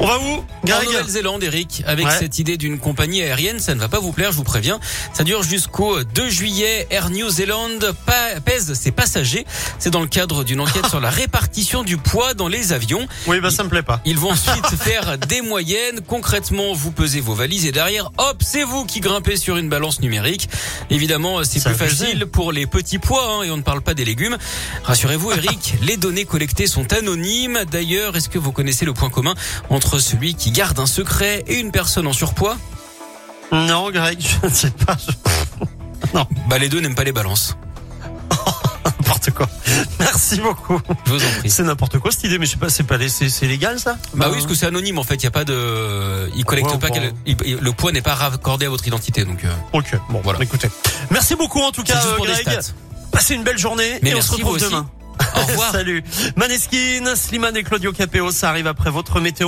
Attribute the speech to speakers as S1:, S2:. S1: On va où,
S2: En Nouvelle-Zélande, Eric, avec
S1: Ouais.
S2: cette idée d'une compagnie aérienne, ça ne va pas vous plaire, je vous préviens. Ça dure jusqu'au 2 juillet. Air New Zealand pa- pèse ses passagers. C'est dans le cadre d'une enquête sur la répartition du poids dans les avions.
S1: Oui, bah ça me plaît pas.
S2: Ils vont ensuite faire des moyennes. Concrètement, vous pesez vos valises et derrière, hop, c'est vous qui grimpez sur une balance numérique. Évidemment, c'est
S1: Ça
S2: plus
S1: abusé.
S2: facile pour les petits pois hein, et on ne parle pas des légumes. Rassurez-vous, Eric, les données collectées sont anonymes. D'ailleurs, est-ce que vous connaissez le point commun entre celui qui garde un secret et une personne en surpoids
S1: Non, Greg, je ne sais pas. je-
S2: Bah, les deux n'aiment pas les balances.
S1: N'importe quoi. Merci beaucoup.
S2: Je vous en prie.
S1: C'est n'importe quoi cette idée, mais je sais pas, c'est pas lé- c'est c'est légal ça
S2: Bah oui, parce que c'est anonyme en fait. Il y a pas de, ils collectent
S1: ben Ouais,
S2: pas.
S1: bon.
S2: quel- il- Le poids n'est pas raccordé à votre identité, donc. euh,
S1: Ok, bon voilà.
S2: Voilà.
S1: Écoutez, merci beaucoup en tout
S2: C'est
S1: cas,
S2: juste
S1: euh,
S2: pour des
S1: Greg.
S2: stats.
S1: Passez une belle journée
S2: Mais
S1: et on
S2: merci,
S1: se retrouve
S2: vous aussi.
S1: demain.
S2: Au revoir.
S1: Salut. Maneskin, Slimane et Claudio Capéo, ça arrive après votre météo.